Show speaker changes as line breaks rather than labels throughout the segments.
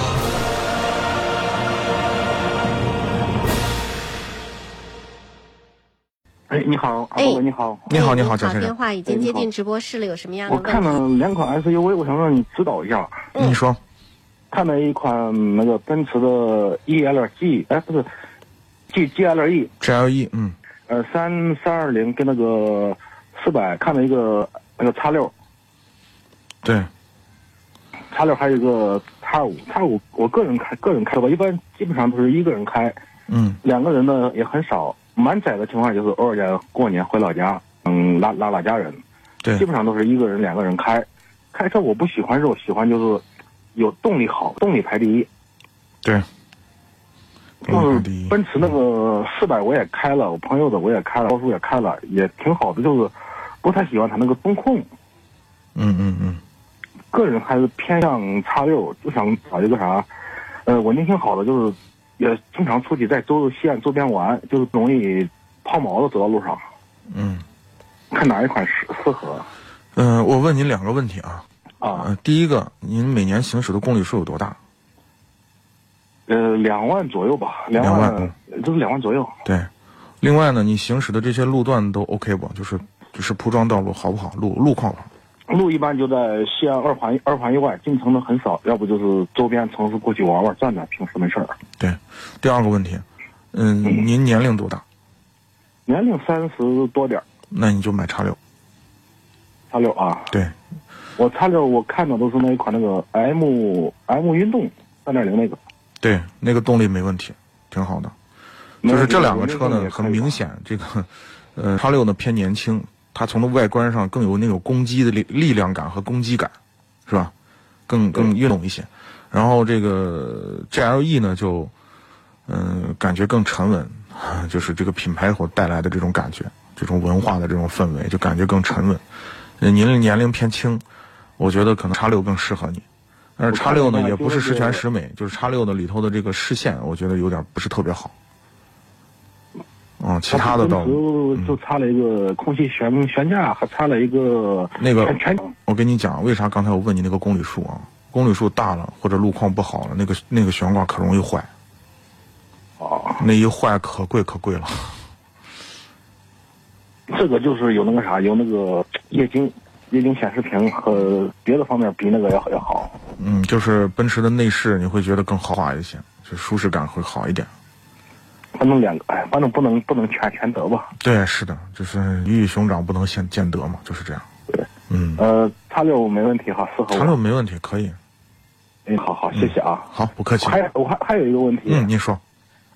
哎，你好，阿波罗，你好。
嗯
你好，你好，
您
蒋先
电
生，
话已经接进直播室了，有什么样的
我
问题？
看了两款 SUV，我想让你指导一下。
你说
看了一款那个奔驰的 ELG，哎，不是，G GLE，
GLE，嗯，
呃，三三二零跟那个四百，看了一个那个叉六，
对，
叉六还有一个叉五，叉五我个人开个人开吧，一般基本上都是一个人开，
嗯，
两个人呢也很少，满载的情况就是偶尔间过年回老家，嗯，拉拉拉家人。
对
基，本上都是一个人、两个人开。开车我不喜欢肉，喜欢就是有动力好，动力排第一。
对，E，动力排第
嗯
一
奔驰那个四百我也开了，我朋友的我也开了，高速也开了，也挺好的，就是不太喜欢它那个中控。
嗯嗯嗯，
个人还是偏向叉六，就想找一个啥，呃，稳定性好的，就是也经常出去在周西安周边玩，就是容易抛锚的走到路上。
嗯，
看哪一款适适合
嗯、我问您两个问题啊，
啊？
呃，第一个，您每年行驶的公里数有多大？
呃，两万左右吧，两
两万嗯
就是两万左右。
对，另外呢，你行驶的这些路段都 OK 不？就是就是铺装道路好不好？路路况好？
路一般就在西安二环二环以外，进城的很少，要不就是周边城市过去玩玩转转，平时没事儿。
对，第二个问题，嗯，您年龄多大？
年龄三十多点儿，
那你就买叉六。
叉六啊，
对，
我叉六我看的都是那一款那个 M M 运动三点零那个，
对，那个动力没问题，挺好的。就是这两个车
那
呢，很明。显，这个，呃，叉六呢偏年轻，它从的外观上更有那种攻击的力力量感和攻击感，是吧？更更运动一些。然后这个 GLE 呢，就，嗯、感觉更沉稳， 就是这个品牌所带来的这种感觉，这种文化的这种氛围，就感觉更沉稳。呃年龄年龄偏轻，我觉得可能叉六更适合你。但是叉六
我看了
呢，
一下
也不是
就是
十全十美，就是叉六的里头的这个视线，我觉得有点不是特别好。嗯，其他的嗯倒
当时就差了一个空气悬悬架，还差了一个
那个
全全
我跟你讲，为啥刚才我问你那个公里数啊？公里数大了或者路况不好了，那个那个悬挂可容易坏，
啊，
那一坏可贵可贵了。
这个就是有那个啥，有那个液晶液晶显示屏和别的方面比那个要要好。
嗯，就是奔驰的内饰你会觉得更豪华一些，就舒适感会好一点。
反正两个，哎，反正不能不能全全得吧。
对，是的，就是鱼与熊掌不能兼兼得嘛，就是这样。嗯，
呃，叉六没问题哈，适合
长
我
六。没问题，可以。
哎，好好，谢谢啊。
好，不客气。
还我还还有一个问题，
嗯，您说。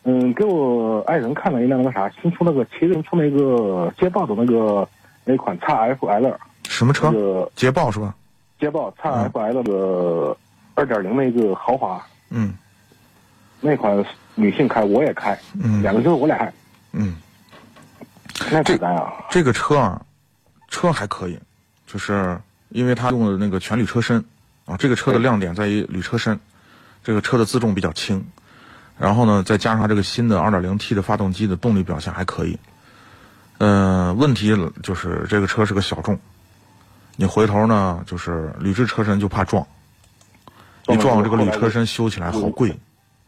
嗯，给我爱人看了一辆那个啥，新出那个奇瑞出那个捷豹的那个那款 XFL
什么
那
车？嗯
个
捷豹是吧？
捷豹 XFL 的二点零那个豪华
嗯
那款女性开，我也开，
嗯
两个就是我俩开，
嗯，
那简单啊。
这个车啊，车还可以，就是因为它用的那个全铝车身啊，这个车的亮点在于铝车身，这个车的自重比较轻，然后呢，再加上它这个新的 2.0T 的发动机的动力表现还可以。呃，问题就是这个车是个小众，你回头呢就是铝制车身就怕撞，一撞这个铝车身修起来好贵。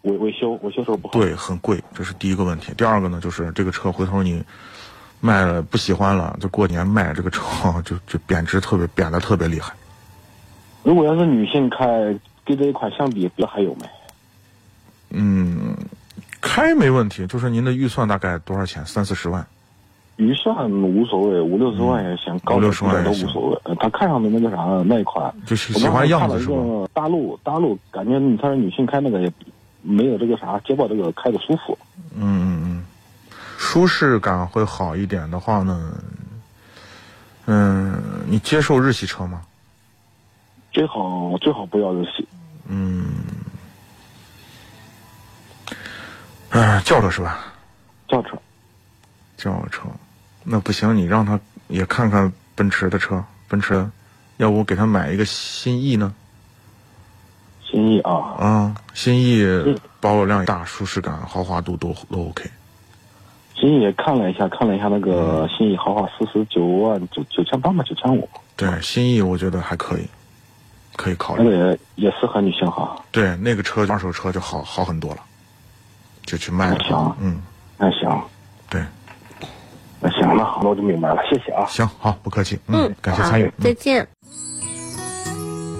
维维修维修时候不好。
对，很贵，这是第一个问题。第二个呢，就是这个车回头你卖了不喜欢了，就过年卖这个车就就贬值特别贬的特别厉害。
如果要是女性开，跟这一款相比，别的还有没？
嗯，开没问题，就是您的预算大概多少钱？三四十万，
一扇无所谓，五六十万也行，高点
嗯五六十万也
都
行
无所谓。呃他看上的那个啥那一款，
就是
我
喜欢样子
当时
是
看
吧嗯
了？一个大陆，大陆感觉你看女性开那个也没有这个啥捷豹这个开的舒服。
嗯嗯嗯，舒适感会好一点的话呢，嗯，你接受日系车吗？
最好最好不要日系，
哎，轿车是吧？
轿车
轿车，那不行，你让他也看看奔驰的车，奔驰，要不我给他买一个新 E 呢？
新意啊，
啊，新 E 保有量大，舒适感、豪华度都都 OK。
新意也看了一下，看了一下那
嗯
个新意豪华四十九万九九千八吧，九千五，
对，新 E 我觉得还可以，可以考
那
虑。
个也也适合女性哈，
对，那个车二手车就好好很多了，就去卖
行
了。嗯，
那行。
对，
那行，那好，那我就明白了，谢谢啊。
行，好，不客气。嗯，感谢
好
参与。嗯
再见。